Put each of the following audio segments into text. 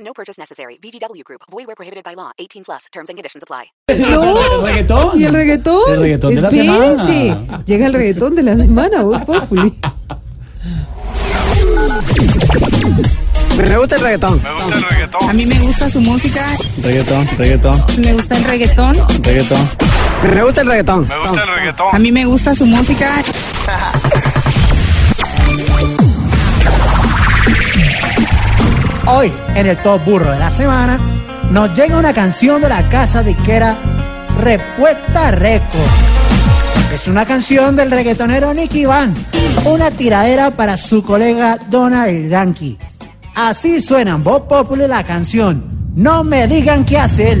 No purchase necessary. VGW Group. Void where prohibited by law. 18 plus. Terms and conditions apply. No. ¿El reggaetón? ¿Y el reggaetón? El reggaetón de la Espérense. semana. Llega el reggaetón de la semana, Voz Populi. Me gusta el reggaetón. A mí me gusta su música, Reggaetón, reggaetón, me gusta el reggaetón. reggaetón. Me gusta el reggaetón. A mí me gusta su música. Hoy, en el Top Burro de la Semana, nos llega una canción de la casa disquera Respuesta Record. Es una canción del reggaetonero Nicky Van, una tiradera para su colega Donald Yankee. Así suena en voz popular la canción No me digan qué hacer.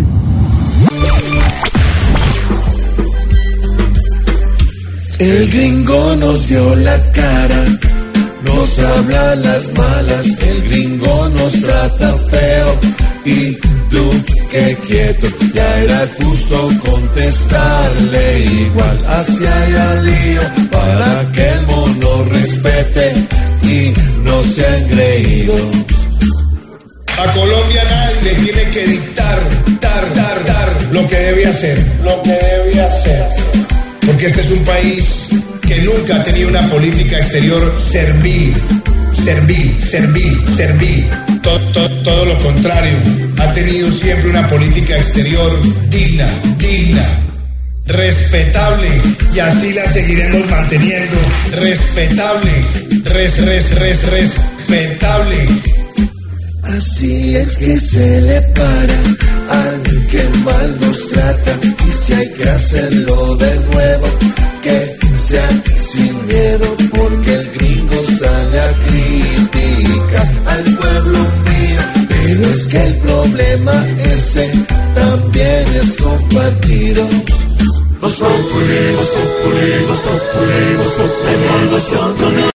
El gringo nos vio la cara, nos habla a las malas, el gringo nos trata feo y tú que quieto, ya era justo contestarle igual hacia allá lío para que el mono respete y no se han creído. A Colombia nadie le tiene que dictar, dar, dar, dar lo que debe hacer, lo que debe hacer. Porque este es un país que nunca ha tenido una política exterior servil, servil, servil, servil. To- to- todo lo contrario, ha tenido siempre una política exterior digna, digna, respetable. Y así la seguiremos manteniendo. Respetable, res, res, res, respetable. Así es que se le para al que mal nos trata y si hay que hacerlo de nuevo, que sea sin miedo porque el gringo sale a criticar al pueblo mío. Pero es que el problema ese también es compartido. Pues, Los populismos, populismos, populismos, populismos.